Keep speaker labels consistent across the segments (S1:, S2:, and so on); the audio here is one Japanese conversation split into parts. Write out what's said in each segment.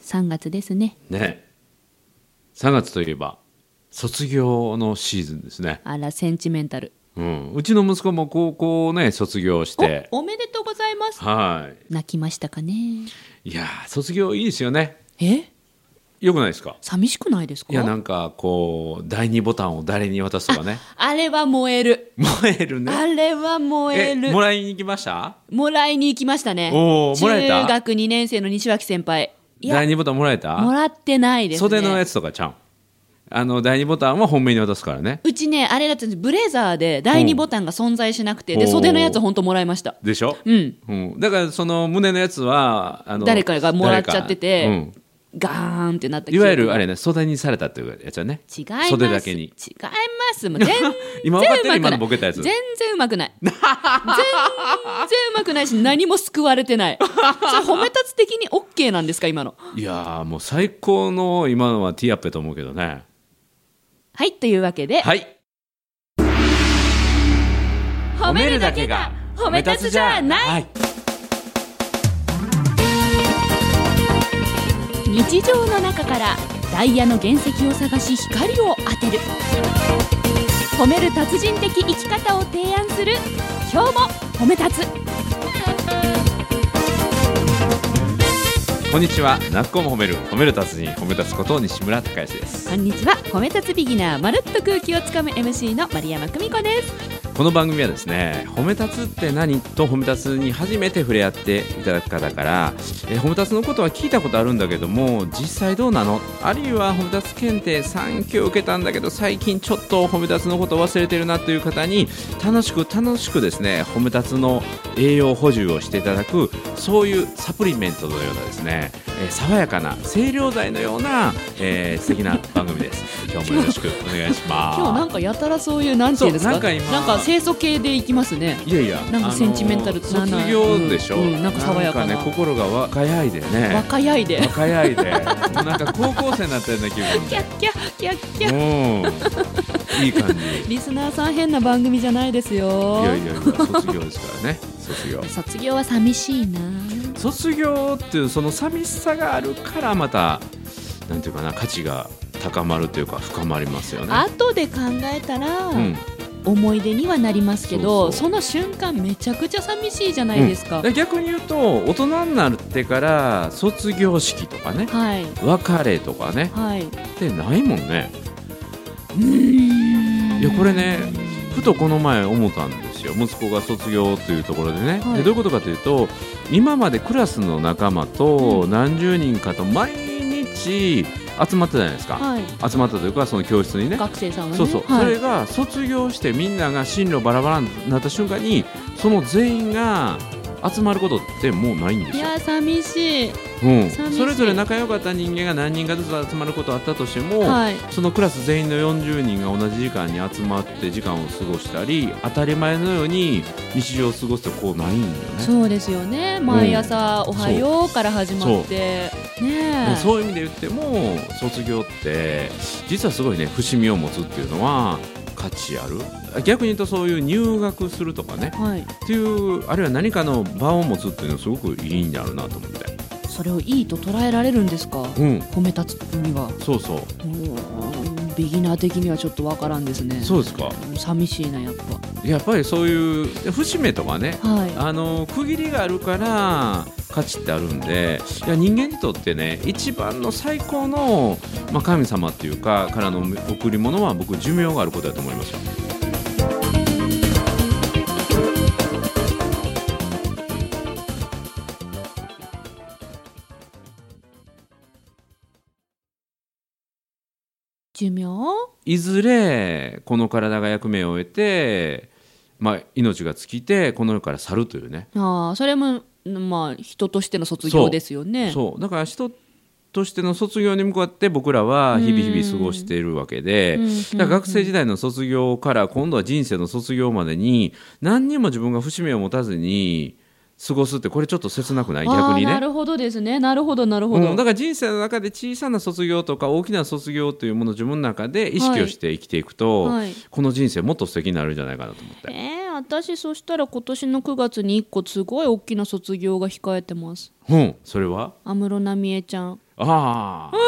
S1: 3月ですね
S2: ね3月といえば卒業のシーズンですね、
S1: あらセンチメンタル
S2: うん、うちの息子も高校をね卒業して
S1: おおめでとうございます
S2: は
S1: 泣きましたかね
S2: いいやー卒業いいですよね
S1: え
S2: よくないですか
S1: 寂しくないですか
S2: いやなんかこう第二ボタンを誰に渡すとかね
S1: あれは 燃える
S2: 燃えるね
S1: あれは燃える
S2: もらいに行きました
S1: もらいに行きましたね
S2: おーもらえた
S1: 中学2年生の西脇先輩いや
S2: 第二ボタンもらえた
S1: もらってないですね
S2: 袖のやつとかちゃうんあの第二ボタンは本命に渡すからね
S1: うちねあれだったんですブレザーで第2ボタンが存在しなくてで
S2: おー
S1: 袖のやつ本当もらいました
S2: でしょ、
S1: うん
S2: うん、だからその胸のやつはあの
S1: 誰かがもらっちゃってて、
S2: 誰か
S1: ガーンってなった
S2: うん、いわゆるあ
S1: れ
S2: れね袖にされたっていうやつはね
S1: 違います
S2: 袖だけに
S1: 違いますもう全然
S2: 今分かってる
S1: うまくない
S2: 今のボケたやつ
S1: 全然うまくない 全然うまくないし何も救われて ないそれ褒め立つ的に OK なんですか今の
S2: いやーもう最高の今のはティアップやと思うけどね
S1: はいというわけで、
S2: はい
S1: 褒めるだけが褒め立つじゃない
S2: はい
S1: 日常の中からダイヤの原石を探し光を当てる褒める達人的生き方を提案する今日も褒め立つ
S2: こんにちはなっこも褒める褒める達人褒め立つこと西村孝之です
S1: こんにちは褒め立つビギナーまるっと空気をつかむ MC の丸山久美子です
S2: この番組はですね褒め立つって何と褒め立つに初めて触れ合っていただく方から、えー褒め立つのことは聞いたことあるんだけども実際どうなのあるいは褒め立つ検定3級を受けたんだけど最近ちょっと褒め立つのことを忘れてるなという方に楽しく楽しくですね褒め立つの栄養補充をしていただくそういうサプリメントのようなですね、えー爽やかな清涼剤のような、えー素敵な番組です今日もよろしくお願いします
S1: 今日なんかやたらそういうなんていうんですか
S2: そうなんか今
S1: 清楚系でいきますね
S2: いやいや、
S1: なんか
S2: あの
S1: センチメンタル
S2: 卒
S1: なな
S2: 業でしょ。
S1: うんうんなんか爽やかな
S2: ね、心が若やいでね。
S1: 若やいで
S2: 若やいで、なんか高校生になったような気分
S1: キャッキャッキャッキャッ
S2: で。うん、いい感じ。い
S1: リスナーさん変な番組じゃないですよ
S2: やいやいや、卒業ですからね。卒業。
S1: 卒業は寂しいな
S2: 卒業っていうその寂しさがあるから、また。なんていうかな、価値が高まるというか、深まりますよね。
S1: 後で考えたら、
S2: うん、
S1: 思い出にはなりますけど
S2: そ
S1: その瞬間めちゃくちゃ寂しいじゃないですか、
S2: うん逆に言うと、大人になってから、卒業式とかね。
S1: はい
S2: 別れとかね、
S1: はい
S2: ってないもんね。
S1: い
S2: いやこれねふとこの前思ったんですよ息子が卒業というところでね、
S1: はい
S2: でどういうことかというと今までクラスの仲間と何十人かと毎日集まってたじゃないですか、
S1: はい
S2: 集まったというかその教室にね
S1: 学生さんはね
S2: そうそう、
S1: はい
S2: それが卒業してみんなが進路バラバラになった瞬間にその全員が集まることってもうないんです
S1: い
S2: よ、
S1: や寂しい
S2: うん、
S1: 寂しい
S2: それぞれ仲良かった人間が何人かずつ集まることあったとしても、
S1: はい
S2: そのクラス全員の40人が同じ時間に集まって時間を過ごしたり当たり前のように日常を過ごすとこうないんよねそう
S1: そうですよね毎朝「おはよう」から始まってねえ
S2: そういう意味で言っても卒業って実はすごいね節目を持つっていうのは価値ある逆に言うとそういう入学するとかね
S1: はい、
S2: っていうあるいは何かの場を持つっていうのはすごくいいんだろうなと思って
S1: それをいいと捉えられるんですか
S2: うん
S1: 褒め立つには
S2: そうそう
S1: うーんビギナー的にはちょっとわからんですね
S2: そうですか
S1: うん寂しいなやっ
S2: やっぱりそういう節目とかね
S1: ぱはい
S2: あの区切りがあるから価値ってあるんでいや人間にとってね一番の最高の、まあ、神様っていうかからの贈り物は僕寿命があることだと思いますよ。
S1: 寿命
S2: いずれこの体が役目を終えて、まあ、命が尽きてこの世から去るというね
S1: ああそれもまあ人としての卒業ですよね
S2: そうだから人としての卒業に向かって僕らは日々日々過ごしているわけで
S1: うんうん
S2: だから学生時代の卒業から今度は人生の卒業までに何にも自分が節目を持たずに過ごすってこれちょっと切なくない
S1: あ
S2: 逆
S1: あ
S2: に
S1: な
S2: ね。
S1: るほどですねなるほどなるほ
S2: う
S1: ど、
S2: ん、だから人生の中で小さな卒業とか大きな卒業というものを自分の中で意識をして生きていくと、
S1: はいはい
S2: この人生もっと素敵になるんじゃないかなと思って
S1: えー、私そしたら今年の9月に1個すごい大きな卒業が控えてます
S2: うんそれは
S1: 安室奈美恵ちゃん
S2: ああ
S1: うん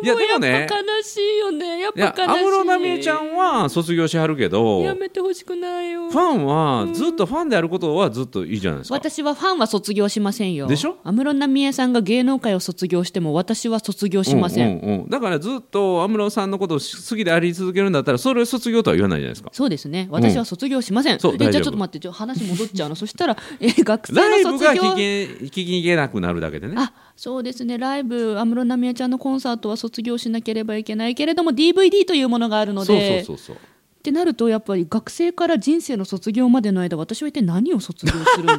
S2: いやでもね
S1: うやっぱ悲しいよねやっ
S2: いや
S1: ぱ悲しい
S2: 安室奈美恵ちゃんは卒業しはるけど
S1: やめてほしくないよ
S2: ファンはずっとファンであることはずっといいじゃないですか
S1: 私はファンは卒業しませんよ
S2: でしょ
S1: 安室奈美恵さんが芸能界を卒業しても私は卒業しません、
S2: うんうんうん、だからずっと安室さんのことを好きであり続けるんだったらそれを卒業とは言わないじゃないですか
S1: そうですね私は卒業しません、
S2: そう
S1: で
S2: 大
S1: じゃあ
S2: 丈夫
S1: ちょっと待ってちょっと話戻っちゃうのそしたらえ学生の
S2: ライブ
S1: 卒
S2: が
S1: 業
S2: 聞け聞きに行けなくなるだけでね
S1: あそうですねライブ安室奈美恵ちゃんのコンサートは卒業しなければいけないけれども DVD というものがあるの
S2: そうそ
S1: で
S2: うそうそう
S1: ってなるとやっぱり学生から人生の卒業までの間私は一体何を卒業す るんだ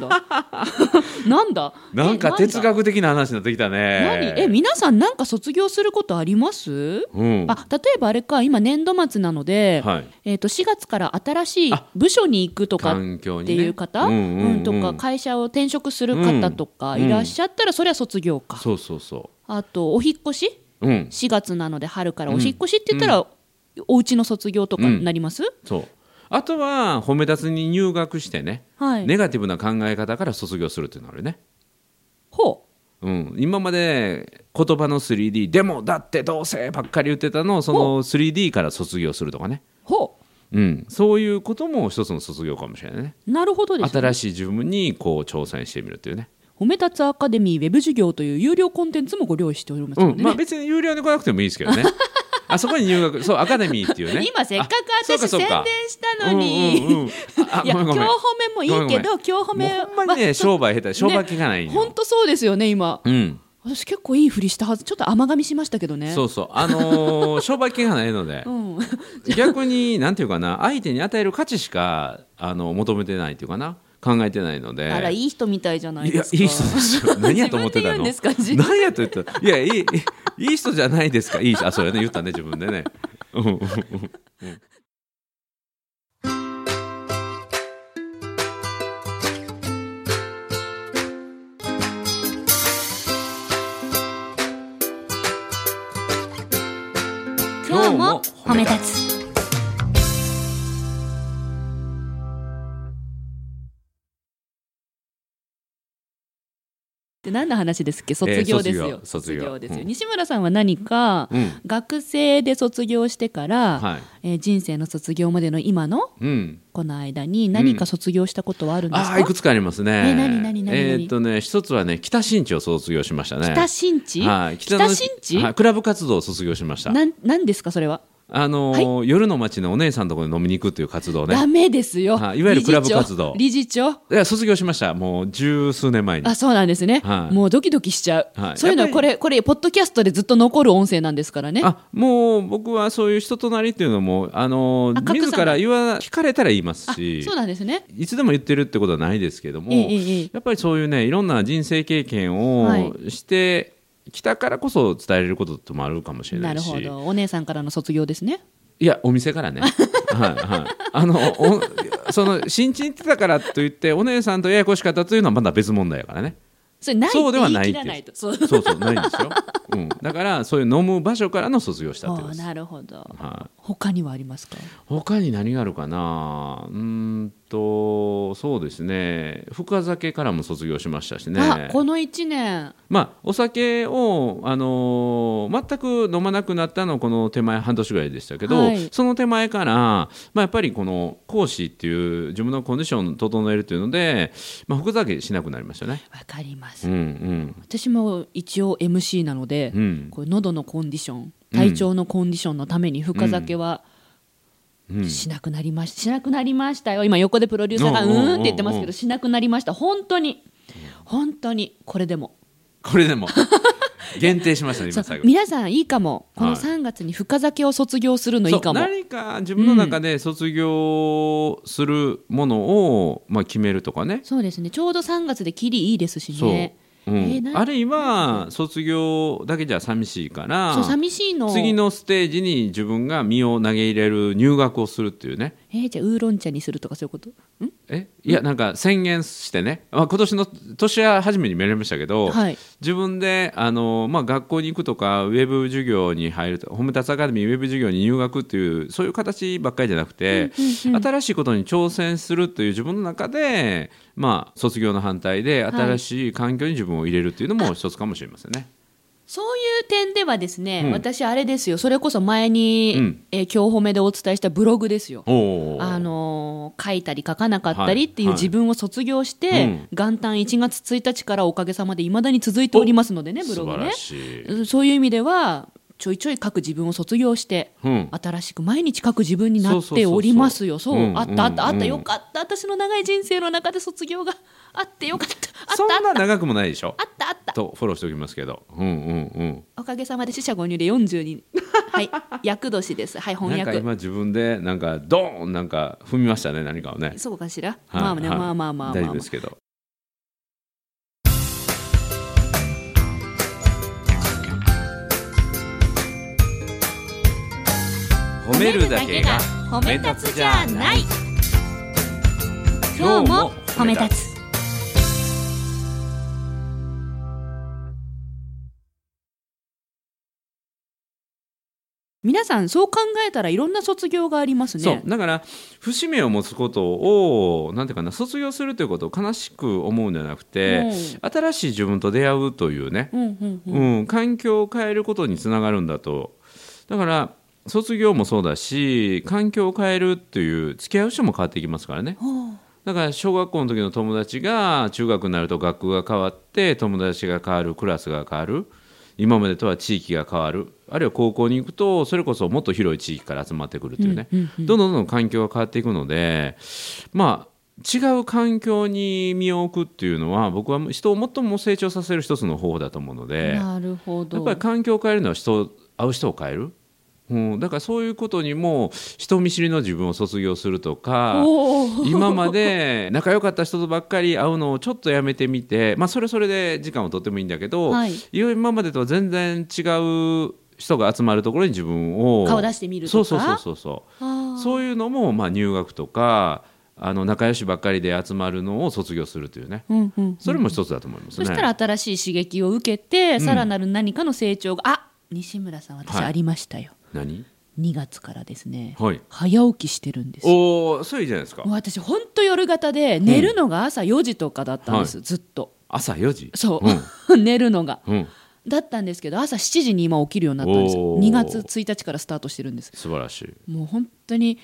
S1: なんだ
S2: なん
S1: え
S2: か哲
S1: なんだ
S2: 学的な話になってきたね
S1: 何え皆さんなんか卒業することあります
S2: うん
S1: あ例えばあれか今年度末なので、
S2: はい
S1: えー、と4月から新しい部署に行くとかっ
S2: 環境に、
S1: て
S2: ね、
S1: いう方、
S2: うんうんうん
S1: うんとか会社を転職する方とか
S2: うん
S1: いらっしゃったら、それは卒業か
S2: そうそうそ
S1: あとお引っ越し
S2: ううん
S1: 4月なので春からお引っ越しって言ったら、お家の卒業とかになります、
S2: そうあとは褒め立つに入学してね、
S1: はい、
S2: ネガティブな考え方から卒業するっていうのあるね
S1: ほう
S2: うん、今まで言葉の 3D でもだってどうせばっかり言ってたのをその 3D から卒業するとかね、
S1: ほ
S2: うん、そういうことも一つの卒業かもしれないね
S1: うなるほどですね
S2: 新しい自分にこう挑戦してみるっていうね
S1: 褒め立つアカデミーウェブ授業という有料コンテンツもご用意しておりますの
S2: うん
S1: でね、
S2: まあ、別に有料で来なくてもいいです けどねあそこに入学そうアカデミーっていうね
S1: 今せっかく
S2: あそう
S1: 私宣
S2: かそう
S1: 伝
S2: か
S1: したのに、
S2: うんうんうんあ
S1: いや
S2: ごめんご
S1: 今
S2: め
S1: 日褒
S2: んも
S1: めもいいけど今日褒め
S2: うほんまにね商売下手商売気がないんよ、
S1: 本当そうですよね今
S2: うん
S1: 私結構いいふりしたはずちょっと甘噛みしましたけどね
S2: そうそうあ のー商売気がないので
S1: うん、
S2: 逆になんていうかな相手に与える価値しかあの求めてないっていうかな考えてないので
S1: あらいい人みたいじゃない
S2: いや
S1: ですか
S2: いい人で すよ何やと思ってたの
S1: 自分で言うんですか自分
S2: 何やと言ったのいやいいいいい人じゃないですかいい人あそうやね言ったね自分でねうんうんうん今日も褒め
S1: 立つで何の話ですっけ卒業ですよ、
S2: えー卒業卒業
S1: ですよ、
S2: うん
S1: 西村さんは何か、
S2: うん
S1: 学生で卒業してから、
S2: はい
S1: えー人生の卒業までの今の
S2: うん
S1: この間に何か卒業したことはあるんです
S2: あ
S1: か、
S2: ーいくつかありますね
S1: え何何何何
S2: えーっとね一つはね北新地を卒業しましたね
S1: 北新地、
S2: はい
S1: 北新地、
S2: はいクラブ活動を卒業しました
S1: なんなんですかそれは、
S2: あのー夜の街のお姉さんのところに飲みに行くっていう活動ね
S1: ダメですよ、
S2: はいいわゆるクラブ活動
S1: 理事長理事長
S2: いや卒業しましたもう十数年前に
S1: あそうなんですね、
S2: はい
S1: もうドキドキしちゃう、
S2: はい
S1: そういうの
S2: やっぱ
S1: これこれポッドキャストでずっと残る音声なんですからね
S2: あもう僕はそういう人となりっていうのもあの
S1: あ隠さない
S2: 自ら言わ聞かれたら言います
S1: あ
S2: し
S1: そうなんですね
S2: いつでも言ってるってことはないですけども、
S1: ええええ
S2: やっぱりそういうねいろんな人生経験
S1: はい
S2: をしてきたからこそ伝えれることってもあるかもしれな
S1: ないる
S2: し
S1: ほどお姉さんからの卒業ですね
S2: いやお店 からねはいはいあのおその新地に行ってたからといってお姉さんとややこしかったというのはまだ別問題やからね
S1: それないって
S2: そうで
S1: 言
S2: は
S1: い
S2: ない
S1: 切
S2: って
S1: ら
S2: いう
S1: ないとそう
S2: そうそうないんですよ、 うん、だからそういう飲む場所からの卒業したっていう
S1: あ
S2: で
S1: ー
S2: す、
S1: なるほど
S2: はい
S1: 他にはありますか
S2: 他に何があるかなうーんとそうですね深酒からも卒業しましたし
S1: あ
S2: ね
S1: この1年
S2: まあお酒を、あのー全く飲まなくなったのはこの手前半年ぐらいでしたけど、
S1: はい
S2: その手前から、まあ、やっぱりこの講師っていう自分のコンディションを整えるというので、まあ、深酒しなくなりましたね。
S1: わかります、
S2: うん
S1: 私も一応 MC なので
S2: うん、うん
S1: こう喉のコンディション体調のコンディションのために深酒は
S2: うん
S1: しなくなりました、しなくなりましたよ今横でプロデューサーがう
S2: うんうんうんう
S1: ーん
S2: ん
S1: って言ってますけどしなくなりました本当に本当にこれでも
S2: これ でも限定しましたね今
S1: そう
S2: 最後。
S1: 皆さんいいかもこの
S2: はい
S1: 3月に深酒を卒業するのいいかも、
S2: そう何か自分の中で卒業するものを、まあ、決めるとかね
S1: そうですねちょうど3月でキリいいですし
S2: そう、
S1: ね
S2: うん
S1: えーなん
S2: あるいは卒業だけじゃ寂しいから
S1: そう寂しいの
S2: 次のステージに自分が身を投げ入れる入学をするっていうね
S1: えーじゃあウーロン茶にするとかそういうことん
S2: えいやなんか宣言してね、まあ、今年の年は初めに見られましたけど、
S1: はい
S2: 自分であの、まあ、学校に行くとかウェブ授業に入るとホームタスアカデミーウェブ授業に入学っていうそういう形ばっかりじゃなくて、新しいことに挑戦するという自分の中で、まあ、卒業の反対で
S1: はい
S2: 新しい環境に自分を入れるっていうのも一つかもしれませんね。
S1: そういう点ではですね、
S2: うん
S1: 私あれですよそれこそ前に、
S2: うん
S1: えー今日褒めでお伝えしたブログですよ
S2: おー
S1: あのー書いたり書かなかった
S2: はい
S1: りっていう自分を卒業して、
S2: はいうん
S1: 元旦1月1日からおかげさまでいまだに続いておりますのでねブロ
S2: 素
S1: グ
S2: 晴
S1: ね
S2: らしい、
S1: うんそういう意味ではちょいちょい書く自分を卒業して
S2: うん、
S1: 新しく毎日書く自分になっておりますよ
S2: そ
S1: そうう
S2: そうそうそう
S1: あったあったあ
S2: う
S1: っ
S2: んうんう
S1: た
S2: ん
S1: よかった私の長い人生の中で卒業があってよかったあった
S2: そ
S1: あ
S2: ん
S1: っ
S2: な長くもないでしょ
S1: たあった
S2: とフォローしておきますけどうんうんうん
S1: おかげさまで死者五入で40人はい厄年ですはい翻
S2: なんか
S1: 訳
S2: 今自分でなんかドーンなんか踏みましたね何かをね、
S1: そうかしら、
S2: はい
S1: まあね、
S2: はい
S1: まあまあまあまあ
S2: 大丈
S1: ま
S2: 夫
S1: あ
S2: ですけど褒めるだけが
S1: 褒
S2: め立つじゃない
S1: 今日も褒め立つ皆さんそう考えたらいろんな卒業がありますね
S2: そうだから節目を持つことをなんていうかな卒業するということを悲しく思うんじゃなくて、新しい自分と出会うというね、
S1: うんうんうんうん
S2: うん、環境を変えることにつながるんだとだから卒業もそうだし環境を変えるっていう付き合う人も変わってきますからね
S1: ほう
S2: だから小学校の時の友達が中学になると学区が変わって友達が変わるクラスが変わる今までとは地域が変わるあるいは高校に行くとそれこそもっと広い地域から集まってくるというね、
S1: うんうんうん
S2: どんどんどんどん環境が変わっていくのでまあ違う環境に身を置くっていうのは僕は人を最も成長させる一つの方法だと思うので。
S1: なるほど
S2: やっぱり環境を変えるのは人を会う人を変える、うん、だからそういうことにも人見知りの自分を卒業するとか
S1: おー
S2: 今まで仲良かった人とばっかり会うのをちょっとやめてみて、まあ、それはそれで時間をとってもいいんだけど、
S1: はいい
S2: ろいろ今までとは全然違う人が集まるところに自分を
S1: 顔出してみる
S2: そ
S1: と
S2: う
S1: か
S2: そうそうそうそう
S1: あー
S2: そういうのもまあ入学とかあの仲良しばっかりで集まるのを卒業するというね
S1: うんうんうん
S2: それも一つだと思います
S1: そ
S2: ね。
S1: したら新しい刺激を受けて、
S2: ん
S1: さらなる何かの成長があ西村さん私
S2: はい
S1: ありましたよ、
S2: 何
S1: 2月からですね、
S2: はい
S1: 早起きしてるんですよ
S2: おおそれいいじゃないですか
S1: もう私ほんと夜型で寝るのが朝4時とかだったんです、ずっと
S2: 朝4時
S1: そう
S2: う ん、
S1: 寝るのが
S2: うん、
S1: だったんですけど朝7時に今起きるようになったんですよ
S2: おー
S1: 2月1日からスタートしてるんです
S2: 素晴らしい
S1: もう本当に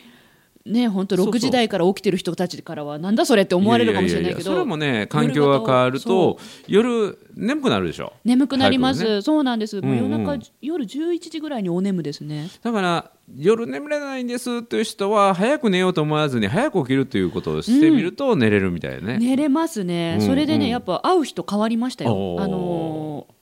S1: ね本当
S2: そうそう
S1: 6時台から起きてる人たちからはなんだそれって思われるかもしれない
S2: や
S1: け
S2: やややそれ
S1: ど
S2: もね環境が変わると夜眠くなるでしょ
S1: 眠くなります、
S2: 早くね
S1: そうなんです、もう夜
S2: うん
S1: 中、
S2: うん
S1: 夜11時ぐらいにお眠ですね
S2: だから夜眠れないんですという人は早く寝ようと思わずに早く起きるということをしてみると寝れるみたいなね、
S1: 寝れますね、
S2: うん
S1: それで
S2: う
S1: ね
S2: ん
S1: やっぱ会う人変わりましたよ
S2: おー
S1: あのー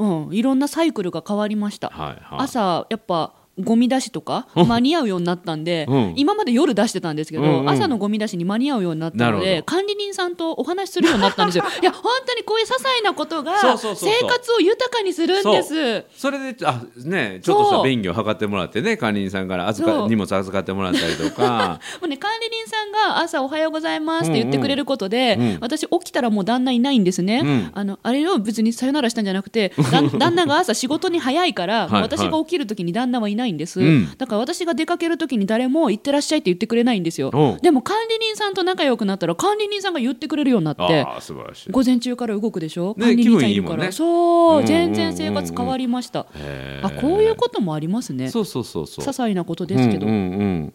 S1: うんいろんなサイクルが変わりました、
S2: はいはい
S1: 朝やっぱゴミ出しとか
S2: うん
S1: 間に合うようになったんで、
S2: うん
S1: 今まで夜出してたんですけど、
S2: うんうん
S1: 朝のゴミ出しに間に合うようになったの
S2: なるほ
S1: で
S2: ど
S1: 管理人さんとお話しするようになったんですよいや本当にこういう些細なことが
S2: そうそうそうそう
S1: 生活を豊かにするんです
S2: それであねちょっとし
S1: そ
S2: た
S1: う
S2: 便宜を図ってもらってね管理人さんから預
S1: そ
S2: か
S1: う
S2: 荷物預かってもらったりと か
S1: もうね、管理人さんが朝おはようございますって言ってくれることで、
S2: うんうん
S1: 私起きたらもう旦那いないんですね。
S2: うん
S1: あの、あれを別にさよならしたんじゃなくて、 だ旦那が朝仕事に早いから、
S2: はい
S1: 私が起きる時に旦那はいないんです。
S2: うん
S1: だから私が出かける時に誰も行ってらっしゃいって言ってくれないんですよ
S2: おう。
S1: でも管理人さんと仲良くなったら管理人さんが言ってくれるようになって。
S2: ああ素晴らしい
S1: 午前中から動くでしょ、
S2: ね
S1: 管理人さんいる
S2: 気分いいも
S1: か
S2: ん
S1: ら、
S2: ね
S1: そう、
S2: うんうんうんうん
S1: 全然生活変わりました、
S2: へ
S1: あ
S2: ー
S1: こういうこともありますね些
S2: そうそうそうそう
S1: 細なことですけど、
S2: うんうんうん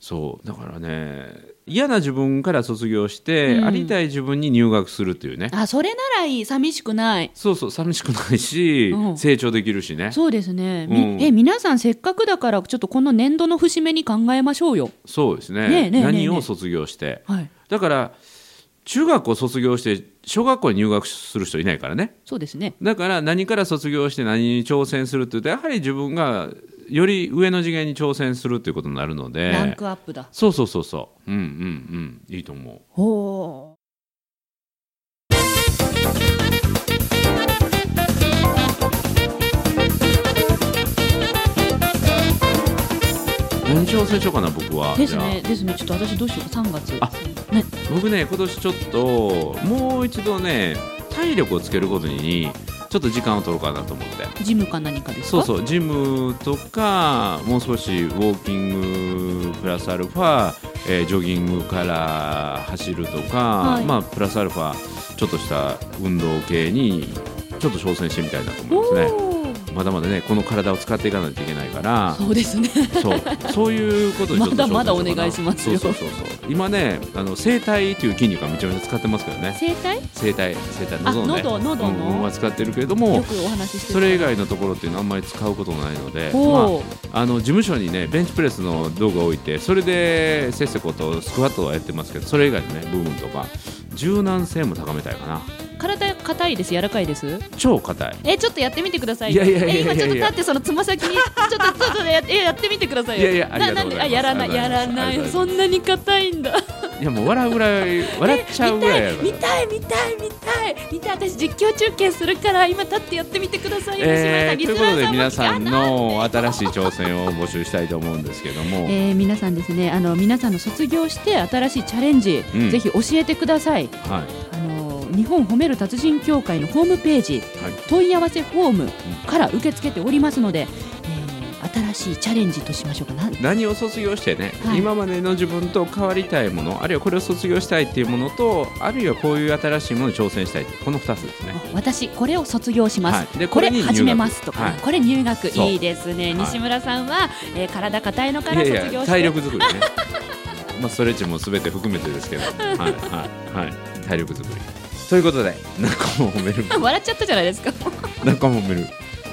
S2: そうだからね嫌な自分から卒業して、
S1: うん
S2: ありたい自分に入学するっていうね
S1: あそれならいい寂しくない
S2: そうそう寂しくないし、
S1: うん
S2: 成長できるしねそ
S1: そうですね、み
S2: うん
S1: え皆さんせっかくだからちょっとこの年度の節目に考えましょうよ
S2: うです
S1: ねえね
S2: ね
S1: えねえねえ
S2: 何を卒業して
S1: はい
S2: だから中学校卒業して小学校に入学する人いないからね
S1: そうですね
S2: だから何から卒業して何に挑戦するって言うとやはり自分がより上の次元に挑戦するっていうことになるので
S1: ランクアップだ
S2: そうそうそうそううんうんうんいいと思う
S1: ほ
S2: 何挑戦しようかな僕は
S1: うです
S2: じゃあ
S1: ねですねちょっと私どうしようか3月
S2: あ
S1: ね
S2: 僕ね今年ちょっともう一度ね体力をつけることにちょっと時間を取ろうかなと思って
S1: ジムか何かですか
S2: そうそうジムとかもう少しウォーキングプラスアルファ、えージョギングから走るとか、
S1: はい
S2: まあプラスアルファちょっとした運動系にちょっと挑戦してみたいなと思い
S1: お
S2: ますね。
S1: ー
S2: まだまだねこの体を使っていかないといけないから
S1: そうですね。
S2: そうそういうことにちょっと
S1: まだまだ
S2: 挑戦しよ
S1: お
S2: うかな
S1: 願いしますよ
S2: そうそうそうそう今ねあの声帯という筋肉はめちゃめちゃ使ってますけどね
S1: 声帯
S2: 声帯声帯
S1: あ
S2: 喉のね
S1: 喉喉の
S2: うんは使ってるけれど
S1: よ
S2: も
S1: くお話しして
S2: それ以外のところっていうのはあんまり使うことないので、ま
S1: ほ
S2: あ、あの事務所にねベンチプレスの道具を置いてそれでせっせことスクワットはやってますけどそれ以外のね部分とか柔軟性も高めたいかな
S1: う体硬いです柔らかいです
S2: 超硬い
S1: えちょっとやってみてください
S2: いやいやいやいやいや
S1: え今ちょっと立ってそのつま先にちょっとちょっとちょっとやえやってみてくださいよ
S2: いやいやありがとうございます
S1: ななんであやらないやら
S2: あ
S1: な
S2: りが
S1: い
S2: とうござい
S1: そ
S2: ます
S1: んなに硬いんだ
S2: いやもう笑うぐらい笑っちゃうぐらいや
S1: 見たい見たい見たい見たい私実況中継するから今立ってやってみてくださいよ
S2: えー、とい
S1: 吉
S2: う
S1: 村
S2: ことで
S1: リスナー
S2: 皆さ
S1: も
S2: ん
S1: 聞かない
S2: の新しい挑戦を募集したいと思うんですけども、
S1: えー皆さんですねあの皆さんの卒業して新しいチャレンジ、
S2: うん
S1: ぜひ教えてください
S2: はい
S1: あの日本褒める達人協会のホームページ
S2: はい
S1: 問い合わせフォームから受け付けておりますので、えー新しいチャレンジとしましょうかな
S2: 何を卒業してね、
S1: はい
S2: 今までの自分と変わりたいものあるいはこれを卒業したいっていうものとあるいはこういう新しいものに挑戦したいこの2つですね
S1: 私これを卒業します、
S2: はいで
S1: これ
S2: これに入学
S1: 始めますとか、
S2: はい
S1: これ入学
S2: そう
S1: いいですね、
S2: はい
S1: 西村さんは、えー体硬いのから
S2: い
S1: 卒業
S2: や
S1: して
S2: いや体力 作りねまあストレッチも全て含めてですけどはいはい、はい、体力作りということで仲間を褒める
S1: 笑っちゃったじゃないですか
S2: 仲間を褒める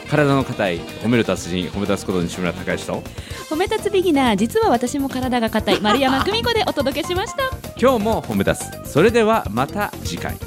S2: 体の硬い褒める達人褒め立つこと西村孝之と
S1: 褒め立つビギナー実は私も体が硬い丸山久美子でお届けしました
S2: 今日も褒め立つそれではまた次回